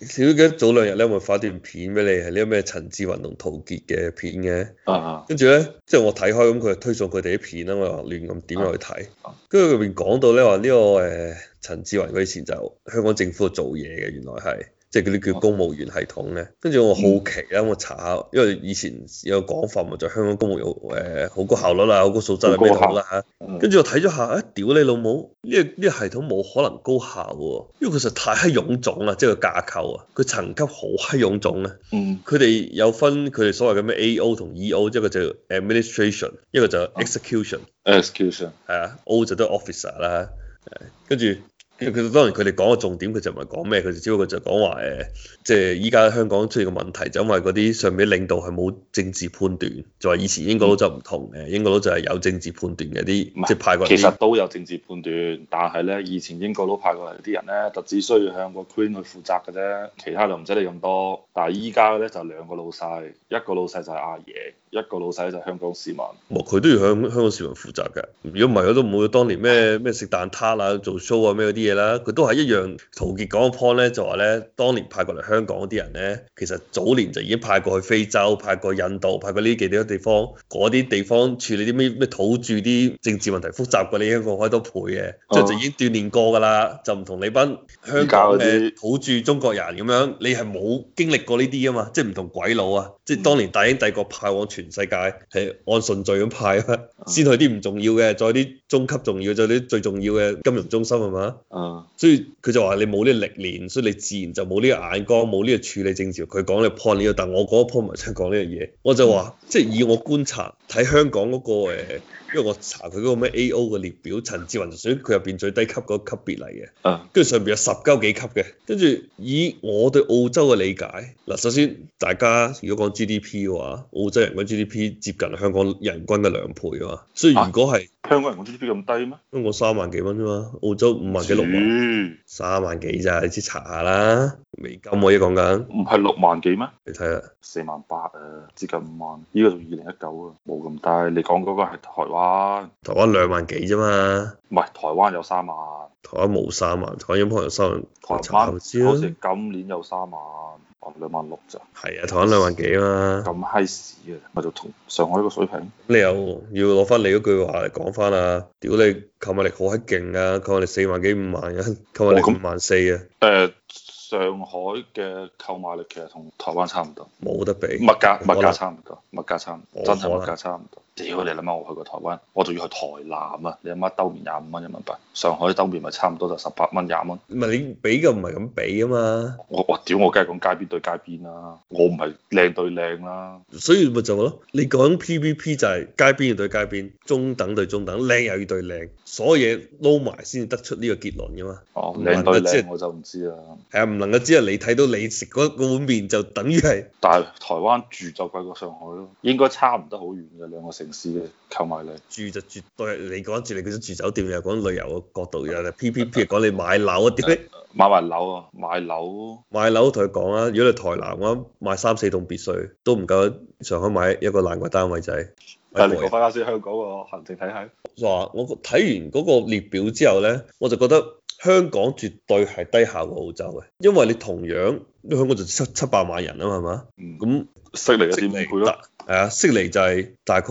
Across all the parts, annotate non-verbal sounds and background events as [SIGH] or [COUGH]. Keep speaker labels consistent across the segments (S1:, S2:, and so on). S1: 你記得早兩日咧，我發段片俾你，係呢個咩陳志雲同陶傑嘅片嘅。
S2: 啊，
S1: 跟住咧，即係我睇開咁，佢就推送佢哋啲片啊嘛，亂咁點落去睇。跟住佢入邊講到咧話呢個誒陳志雲佢以前就香港政府做嘢嘅，原來係即係嗰啲叫公務員系統咧。跟住我好奇啦，我查下，因為以前有個講法咪就香港公務員誒好高效率啦，好高素質啦，咩都好啦嚇。
S2: 嗯
S1: 跟住我睇咗下，啊屌你老母！呢、個呢、個系統冇可能高效喎，因為佢實太閪臃腫啦，即係個架構啊，佢層級好閪臃腫咧。
S2: 嗯
S1: 佢哋有分佢哋所謂嘅咩 A.O. 同 E E.O.，一個就 administration，一個就
S2: 哦
S1: execution，
S2: ，execution，
S1: 係啊，O 就都係 officer 啦。誒跟住佢佢當然佢哋講嘅重點，佢就唔係講咩，佢哋只不過就講話誒，即係依家香港出現嘅問題，就因為嗰啲上面領導係冇政治判斷，就話以前英國佬就唔同嘅，英國佬就係有政治判斷嘅
S2: 唔
S1: 啲，
S2: 係
S1: 即係派過嚟
S2: 其
S1: 啲
S2: 實都有政治判斷，但係咧，以前英國佬派過嚟啲人咧，就只需要向個 Queen 去負責嘅啫，其他就唔使理咁多。但係依家咧就兩個老細，一個老細就係阿爺，一個老細就係香港市民。
S1: 冇哦佢都要向香港市民負責㗎。如果唔係，佢都唔會當年咩咩食蛋撻啊、做 show 啊咩嗰啲嘢啦。佢都係一樣。陶傑講嘅 point 咧，就話咧，當年派過嚟香港嗰啲人咧，其實早年就已經派過去非洲、派過印度、派過呢幾啲地方，嗰啲地方處理啲咩咩土著啲政治問題複雜過你香港開多倍嘅，即係就已經鍛鍊過㗎啦，就唔同你班香港
S2: 而家嗰啲
S1: 嘅土著中國人咁樣，你係冇經歷過呢啲啊嘛，即係唔同鬼佬啊，即
S2: 嗯
S1: 係當年大英帝國派往全世界係按順序咁派啊，先去啲唔重要嘅，再啲中級重要，再啲最重要嘅金融中心係嘛，
S2: 嗯，
S1: 所以佢就話你冇呢個歷練，所以你自然就冇呢個眼光，冇呢個處理政治。佢講呢個 point 呢個，但我嗰個 point 唔係想講呢樣嘢，我就話
S2: 嗯
S1: 即係以我觀察睇香港嗰、個、呃因為我查佢嗰個咩 A.O. 嘅列表，陳志雲就屬於佢入邊最低級嗰個級別嚟嘅。
S2: 嗯，
S1: 跟住上邊有十鳩幾級嘅，跟住以我對澳洲嘅理解，嗱首先大家如果講 GDP 嘅話，澳洲人均 GDP 接近香港人均嘅兩倍啊嘛，所以如果係
S2: 香港人個 GDP 咁低咩？
S1: 香港三萬幾蚊啫嘛，澳洲五萬幾六萬，
S2: 咦
S1: 三萬幾咋，你知查下啦，美金我依家講緊，
S2: 唔係六萬幾咩？
S1: 你睇下，
S2: 四萬八啊，接近五萬，呢個到二零一九啊，冇咁低。你講嗰個係台灣，
S1: 台灣兩萬幾啫嘛，
S2: 唔係台灣有三萬，
S1: 台灣冇三萬，台灣有冇可能三萬？
S2: 台
S1: 我查下
S2: 灣
S1: 先
S2: 好似
S1: 啦，
S2: 今年有三萬，哦兩萬六咋，
S1: 係啊，台灣兩萬幾啊嘛，
S2: 咁閪屎啊，咪就同上海個水平。
S1: 你又要攞翻你嗰句話嚟講翻啊，屌你購物力好閪勁啊，購物力四萬幾五萬啊， [LAUGHS] 購物力
S2: 哦咁
S1: 五萬四啊，
S2: 誒、上海嘅購買力其實同台灣差唔多，
S1: 冇得比
S2: 物，價
S1: 冇可能
S2: 物價差唔多，物價差唔多，
S1: 冇
S2: 真係
S1: 可
S2: 物
S1: 能
S2: 價差唔多。屌你諗下，我去過台灣，我仲要去台南啊！你阿媽兜面廿五蚊人民幣，上海兜面咪差唔多就十八蚊廿蚊。
S1: 唔係你比嘅唔係咁比啊嘛，
S2: 我我屌我梗係講街邊對街邊啦，我唔係靚對靚啦，
S1: 所以咪就係咯，你講 PVP 就係街邊要對街邊，中等對中等，靚又要對靚，所有嘢撈埋先至得出呢個結論噶嘛。
S2: 哦
S1: 唔
S2: 靚
S1: 係
S2: 對
S1: 即係
S2: 靚我就唔知啦。
S1: 係啊，唔能夠只係你睇到你食嗰嗰碗麵就等於係
S2: 但係台灣住就貴過上海咯，應該差唔得好遠嘅兩個城市嘅購買力。
S1: 住就絕對係你講住你嗰種住酒店又講旅遊嘅角度，又係 PVP 又講你買樓啊，點咧？
S2: 買埋樓啊，買樓
S1: 買樓同佢講啊，如果你台南嘅話，買三四棟別墅都唔夠上海買一個爛鬼單位仔。
S2: 但係你講翻啱先香港個行政體系，
S1: 話我睇完嗰個列表之後呢，我就覺得香港絕對係低下過澳洲嘅，因為你同樣香港就七七百萬人啊嘛，係嘛？
S2: 嗯，咁
S1: 咁
S2: 悉尼一
S1: 悉
S2: 點五
S1: 尼
S2: 倍咯，
S1: 係啊，悉尼就係大概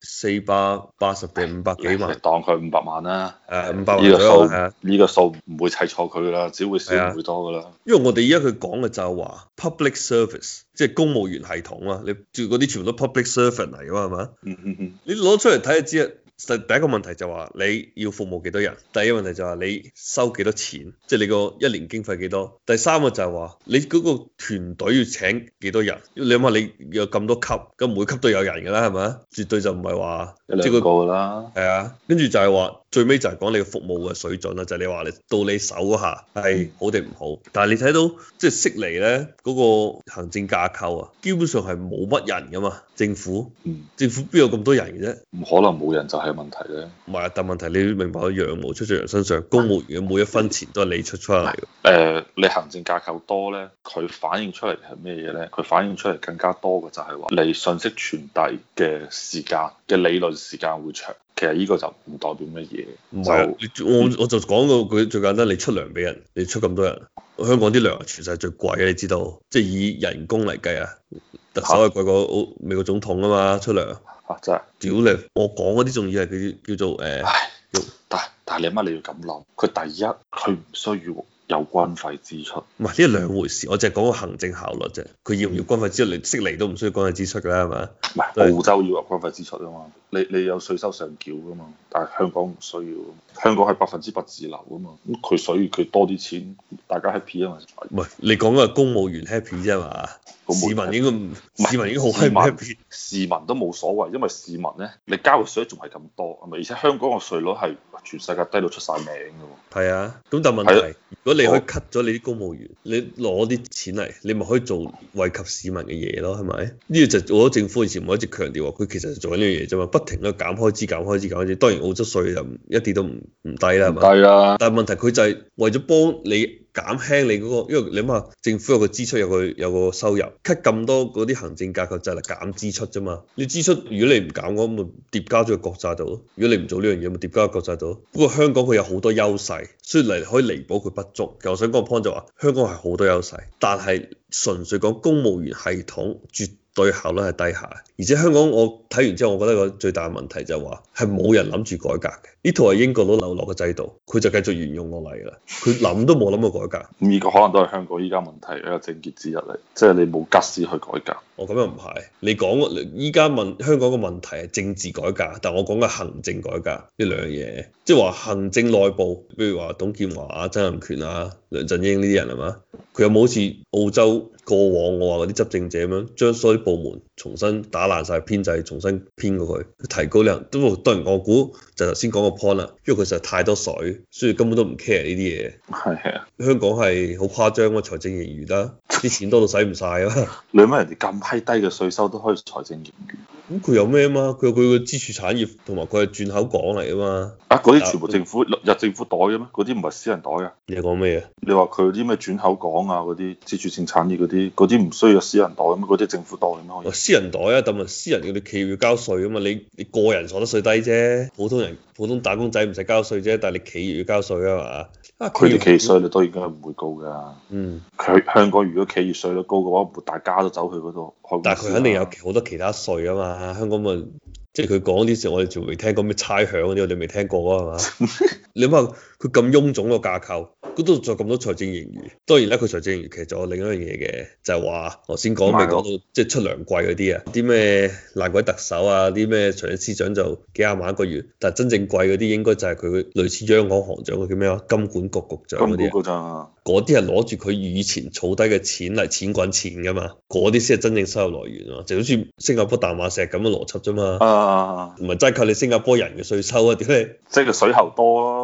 S1: 四百八十定五百幾
S2: 你 [LAUGHS]
S1: 萬，
S2: 當佢五百萬啦，
S1: 誒五百
S2: 呢
S1: 萬左右
S2: 個數
S1: 係啊。
S2: 呢個數唔會砌錯佢噶啦，只會
S1: 係
S2: 少
S1: 啊
S2: 唔會多噶啦。
S1: 因為我哋依家佢講嘅就係話 public service，即係公務員系統啊，你住嗰啲全部都 public servant 嚟㗎嘛，係嘛？
S2: 嗯嗯嗯，
S1: 你攞出嚟睇就知啊。第第一個問題就話你要服務幾多人，第二個問題就話你收幾多錢，即係你個一年經費幾多。第三個就係話你嗰個團隊要請幾多人，你諗下你有咁多級，咁每級都有人㗎啦，係咪啊？絕對就唔係話
S2: 一
S1: 即
S2: 兩
S1: 係個
S2: 個噶啦，
S1: 係啊，跟住就係話最尾就係講你嘅服務嘅水準啦，就係、你話你到你手嗰下
S2: 嗯
S1: 係好定唔好，但係你睇到即係悉尼咧嗰、個行政架構啊，基本上係冇乜人㗎嘛，政府
S2: 嗯，
S1: 政府邊有咁多人嘅啫？
S2: 唔可能冇人就係問題咧。
S1: 唔係啊，但問題你要明白，羊毛出在羊身上，公務員嘅每一分錢都係你出出嚟嘅。
S2: 誒、呃你行政架構多咧，佢反映出嚟係咩嘢咧？佢反映出嚟更加多嘅就係話，你信息傳遞嘅時間嘅理論時間會長，其實呢個就唔代表乜嘢，
S1: 唔係啊
S2: 就
S1: 你我我就講過佢最簡單，你出糧俾人，你出咁多人，香港啲糧係全世界最貴啊嘅，你知道，即係以人工嚟計啊，特首係貴過澳美國總統啊嘛，出糧，
S2: 啊真係，
S1: 屌你，我講嗰啲仲以係佢叫做呃誒，
S2: 唉，但係但係你乜你要咁諗？佢第一佢唔需要有軍費支出，
S1: 唔係呢兩回事，我淨係講個行政效率啫，佢要唔要軍費支出，你悉尼都唔需要軍費支出㗎啦，係嘛？
S2: 唔係
S1: 對
S2: 澳洲要有軍費支出啊嘛，你你有稅收上繳噶嘛，但係香港唔需要㗎嘛，香港係百分之百自留啊嘛，咁佢所以佢多啲錢，大家 happy 啊嘛，
S1: 唔係你講嘅係公務員 happy 啫嘛，
S2: 公
S1: 市
S2: 務員
S1: 民應該唔
S2: 唔係
S1: 市民已經好閪唔
S2: 市民
S1: happy。
S2: 市民都冇所謂，因為市民咧你交嘅稅仲係咁多，係咪？而且香港嘅稅率係全世界低到出晒名㗎喎。
S1: 係啊，咁但係問題
S2: 係
S1: 係，如果你可以
S2: 我
S1: cut 咗你啲公務員，你攞啲錢嚟，你咪可以做惠及市民嘅嘢咯，係咪？呢個就我覺得政府以前咪一直強調話，佢其實係做緊呢樣嘢啫嘛，不停喺度減開支、減開支、減開支。當然澳洲稅就唔一啲都唔唔低啦，係啊嘛？
S2: 低啦，
S1: 但係問題佢就係為咗幫你減輕你嗰、個，因為你諗下政府有個支出，有個有個收入，cut 咁多嗰啲行政架構就係嚟減支出啫嘛。你支出如果你唔減嘅話，咪疊加咗個國債度咯。如果你唔做呢樣嘢，咪疊加個國債度咯。不過香港佢有好多優勢，所以嚟可以彌補佢不足。其實我想講個 point 就話，香港係好多優勢，但係純粹講公務員系統絕。對效率係低下，而且香港我睇完之後，我覺得個最大問題就係話係冇人諗住改革嘅。呢套係英國佬留落嘅制度，佢就繼續沿用落嚟㗎啦。佢諗都冇諗過改革。
S2: 咁呢個可能都係香港依家問題一個症結之一嚟，即係你冇吉屎去改革。
S1: 我哦咁又唔係，你講依家問香港嘅問題係政治改革，但我講嘅行政改革呢兩樣嘢，即係話行政內部，譬如話董建華啊、曾蔭權啊、梁振英呢啲人係嘛，佢有冇好似澳洲過往我話嗰啲執政者咁樣，將所有啲部門重新打爛晒編制，重新編過佢，提高量都當然我估就頭先講個 point 啦，因為佢實在太多水，所以根本都唔 care 呢啲
S2: 係啊，
S1: 嘢。香港係好誇張嘅財政盈餘啦，啲錢多到使唔晒啊！
S2: 你乜人哋咁閪低嘅稅收都可以財政盈餘
S1: 咁佢有咩啊嘛？佢有佢嘅支柱產業，同埋佢係轉口港嚟啊嘛。
S2: 啊？嗰啲全部政府入政府袋嘅咩？嗰啲唔係私人袋啊！
S1: 你係講咩啊？
S2: 你話佢啲咩轉口港啊，嗰啲支柱性產業嗰啲，嗰啲唔需要私人袋咁，嗰啲政府袋咁樣可
S1: 哦
S2: 以。
S1: 私人袋啊，但係私人嗰啲企業要交稅啊嘛。你你個人所得稅低啫，普通人普通打工仔唔使交稅啫，但係你企業要交稅啊嘛。啊，
S2: 佢哋企業稅率都應該唔會高㗎。
S1: 嗯，
S2: 佢香港如果企業稅率高嘅話，唔會大家都走去嗰度開公司
S1: 但係啊佢肯定有
S2: 啦
S1: 好多其他稅啊嘛。香港咪即係佢講啲時候，我哋仲未聽過咩差餉嗰啲，我哋未聽過啊嘛。 [LAUGHS] 你諗下佢咁臃腫個架構，嗰度仲有咁多財政盈餘。當然啦，佢財政盈餘其實仲有另一樣嘢嘅，就係話頭先講未啊講到，即係出糧貴嗰啲啊，啲咩爛鬼特首啊，啲咩財政司長就幾廿萬一個月，但係真正貴嗰啲應該就係佢類似央行行長嗰叫咩啊，金管局局長嗰啲
S2: 金管
S1: 啊
S2: 局咋？
S1: 嗰啲係攞住佢以前儲低嘅錢嚟錢滾錢噶嘛，嗰啲先係真正收入來源啊，就好似新加坡大馬石咁嘅邏輯啫嘛，
S2: 啊，
S1: 唔係齋靠你新加坡人嘅稅收啊，屌你，
S2: 即係個水喉多咯。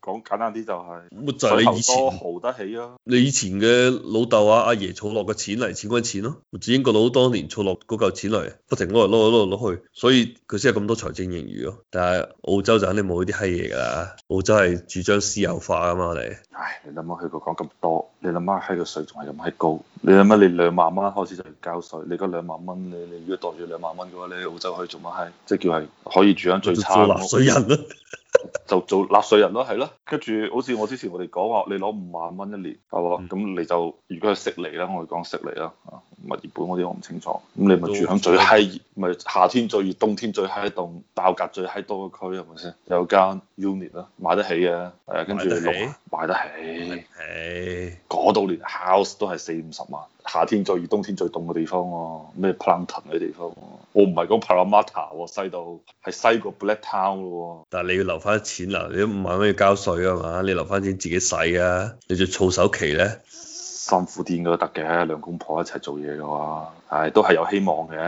S2: 講簡單啲就係、
S1: 咪就係你以
S2: 水喉多
S1: 前
S2: 豪得起啊！
S1: 你以前嘅老豆啊阿爺儲落嘅錢嚟錢滾錢咯，就英國佬當年儲落嗰嚿錢嚟，不停攞嚟攞嚟攞嚟攞去，所以佢先有咁多財政盈餘咯。但係澳洲就肯定冇呢啲閪嘢㗎啦，澳洲係主張私有化㗎嘛，我哋。
S2: 唉，你諗下佢個講咁多，你諗下喺個稅仲係咁閪高，你諗下你兩萬蚊開始就要交稅，你嗰兩萬蚊你你如果袋住兩萬蚊嘅話，你喺澳洲可以做乜閪？即係叫係可以住緊最
S1: 做
S2: 差嘅
S1: 納
S2: 屋
S1: 稅人啦，
S2: 就做納稅人咯，係咯。跟住好似我之前我哋講話，你攞五萬蚊一年係嘛，
S1: 嗯
S2: 咁、你就如果係悉尼啦，我哋講悉尼啦，啊墨爾本嗰啲我唔清楚，咁你咪住響最閪熱，咪夏天最熱，冬天最閪凍，爆格最閪多嘅區係咪先？有間 unit 啦，買得起嘅，係啊，跟住
S1: 買得起
S2: 六買得起，
S1: 唉。
S2: 嗰度連 house 都係四五十萬，夏天最熱，冬天最凍嘅地方喎、咩 Plankton 嘅地方喎、我唔係講 Parramatta 喎，西到係西過 Blacktown 咯喎。
S1: 但係你要留翻錢啦，你都五萬蚊要交稅啊嘛，你留翻錢自己使啊，你仲儲首期咧，
S2: 辛苦啲應該得嘅，兩公婆一齊做嘢嘅話，係都係有希望嘅。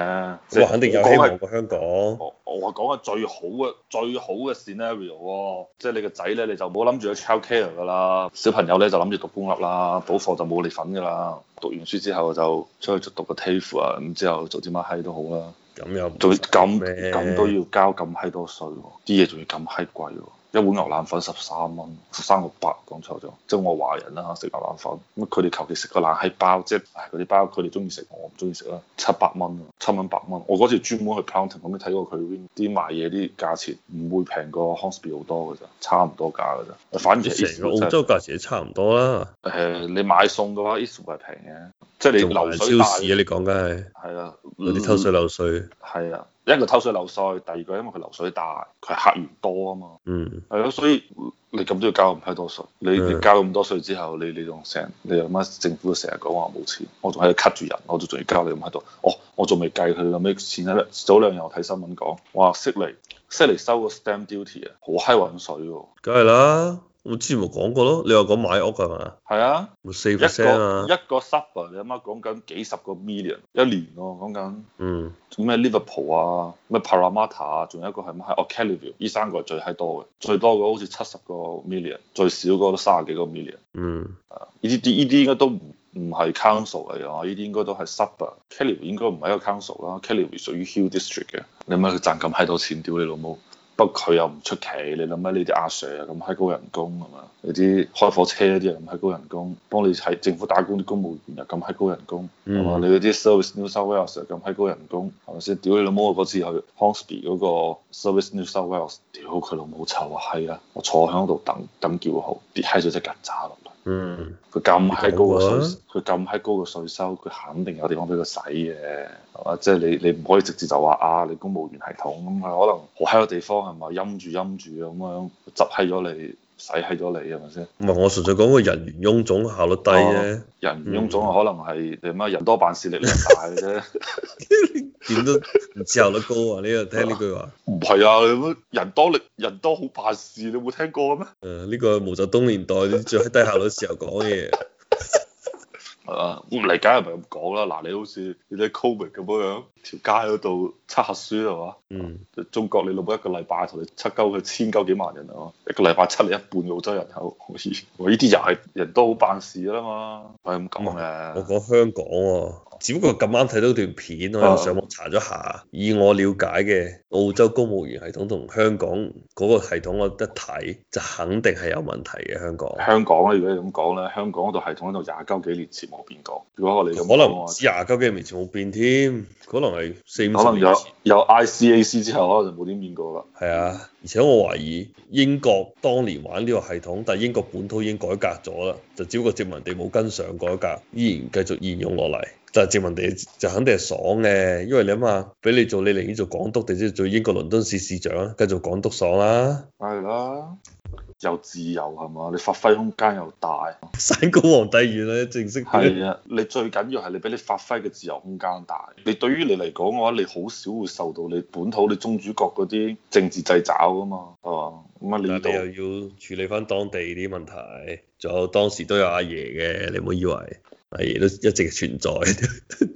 S1: 哇肯定有希
S2: 我講
S1: 望
S2: 係。
S1: 過香港。
S2: 我我講嘅最好嘅最好嘅 scenario 喎，即係你個仔咧你就冇諗住去 childcare 㗎啦，小朋友咧就諗住讀公立啦，補課就冇你份㗎啦。讀完書之後就出去讀個 TAFE 啊，咁之後做啲乜閪都好啦。
S1: 咁又唔
S2: 仲要
S1: 使
S2: 咁
S1: 咩
S2: 咁都要交咁閪多稅喎，啲嘢仲要咁閪貴喎。一碗牛腩粉十三蚊，十三個八講錯咗，即係我華人啦食牛腩粉，咁佢哋求其食個冷氣包，即係唉嗰啲包佢哋中意食，我唔中意食啦，七百蚊啊，七蚊八蚊，我嗰次專門去 Planting 咁樣睇過佢啲賣嘢啲價錢，唔會平過 Hornsby 好多㗎咋，差唔多價㗎咋，反而係
S1: 成個
S2: Eastwood
S1: 澳洲價錢都差唔多啦，
S2: 真係誒你買餸嘅話 Eastwood 係平嘅，即係你
S1: 仲
S2: 流
S1: 話超
S2: 水大
S1: 市啊！你講緊係
S2: 係啦，
S1: 嗰啲偷
S2: 嗯
S1: 税漏税，
S2: 係啊，一個偷水漏税，第二個因為佢流水大，佢係客源多啊嘛，
S1: 嗯，
S2: 係咯，所以你咁都要交咁閪多稅，你
S1: 嗯
S2: 你交咁多稅之後，你你仲成，你又乜政府成日講話冇錢，我仲喺度 cut 住人，我仲仲要交你咁閪多，哦，我仲未計佢有咩錢咧，早兩日我睇新聞講，話悉尼悉尼收個 stamp duty 啊，好閪混水喎，
S1: 梗係啦，我之前咪講過咯，你話講買屋係嘛，
S2: 係啊。
S1: 咪四
S2: 一個
S1: percent 啊，
S2: 一個 suburb 你阿媽講緊幾十個 million 一年喎、講緊
S1: 嗯，
S2: 咩 Liverpool 啊，咩 Parramatta 啊，仲有一個係乜閪？哦 c a l i v i l 呢三個係最閪多嘅，最多嘅好似七十個 million，最少嗰個都三十幾個 million。
S1: 嗯，
S2: 呢啲呢啲應該都唔唔係 council 嚟㗎，呢啲應該都係 suburb。c a l i v i l 應該唔係一個 council 啦 c a l i v i l 屬於 Hill District 嘅。你諗下佢賺咁閪多錢，屌你老母！不過佢又唔出奇，你諗下你啲阿 Sir 啊咁閪高人工係嘛？你啲開火車啲啊人咁閪高人工，幫你喺政府打工啲公務員又啊咁閪高人工。係嘛？
S1: 嗯，
S2: 你嗰啲 service New South Wales 又咁閪高人工，係咪先？屌你老母！我嗰次去 Hornsby 嗰個 service New South Wales，屌佢老母臭啊！係啊，我坐喺度等等叫號，跌閪咗只曱甴落嚟。
S1: 嗯，
S2: 佢咁閪高嘅
S1: 你講啊
S2: 稅，佢咁閪高嘅稅收，佢肯定有地方俾佢使嘅，係嘛？即係你你唔可以直接就話啊，你公務員系統咁，佢啊可能好閪多地方係咪陰住陰住咁樣執閪咗你，使閪咗你係咪先？
S1: 唔係我純粹講個人員臃腫效率低啫，
S2: 人員
S1: 嗯
S2: 工種啊可能係你乜人多辦事力量大嘅啫。
S1: 點都唔知效率高啊！呢個聽呢句話，
S2: 唔係啊，你乜人多力人多好辦事，你冇聽過嘅咩？
S1: 誒呃呢個係毛澤東年代啲最低效率時候講
S2: [LAUGHS]
S1: 嘅嘢，
S2: 係啊，咁嚟梗係咪咁講啦？嗱，你好似你睇 Covid 咁樣樣，條街嗰度測核酸係嘛？
S1: 嗯，
S2: 中國你老母一個禮拜同你測鳩佢千鳩幾萬人啊嘛，一個禮拜測你一半澳洲人口，可以我呢啲又係人多好辦事㗎啦嘛，嗯係咁講
S1: 我
S2: 嘅。
S1: 講香港喎、只不過咁啱睇到段片，
S2: 哦
S1: 我又上網查咗下，以我了解嘅澳洲公務員系統同香港嗰個系統，我一睇就肯定係有問題嘅香港。
S2: 香港咧，如果你咁講咧，香港嗰度系統喺度廿鳩幾年前冇變過。如果我哋咁
S1: 可能唔
S2: 講啊
S1: 止廿九幾年前冇變添，可能係四五
S2: 可
S1: 十
S2: 能
S1: 年
S2: 有
S1: 前。
S2: 有 ICAC 之後，可能就冇點變過啦。
S1: 係啊，而且我懷疑英國當年玩呢個系統，但係英國本土已經改革咗啦，就只不過殖民地冇跟上改革，依然繼續沿用落嚟。但係殖民地就肯定係爽嘅，因為你諗下，俾你做你寧願做港督定即係做英國倫敦市市長啊，繼續港督爽啦， [LAUGHS]
S2: 梗係啦，又自由係嘛？你發揮空間又大，
S1: 山高皇帝遠啊，正式啲。
S2: 係啊！你最緊要係你俾你發揮嘅自由空間大。你對於你嚟講嘅話，你好少會受到你本土你宗主國嗰啲政治掣肘㗎嘛，係嘛？咁啊，你
S1: [LAUGHS]
S2: 呢
S1: 但
S2: 度 [LAUGHS]
S1: 係你又要處理翻當地啲問題，仲有當時都有阿爺嘅，你唔好以為阿爺都一直 [LAUGHS] 存在，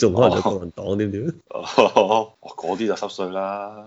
S1: 仲可能有國民黨添點。
S2: 哦嗰啲就濕碎啦。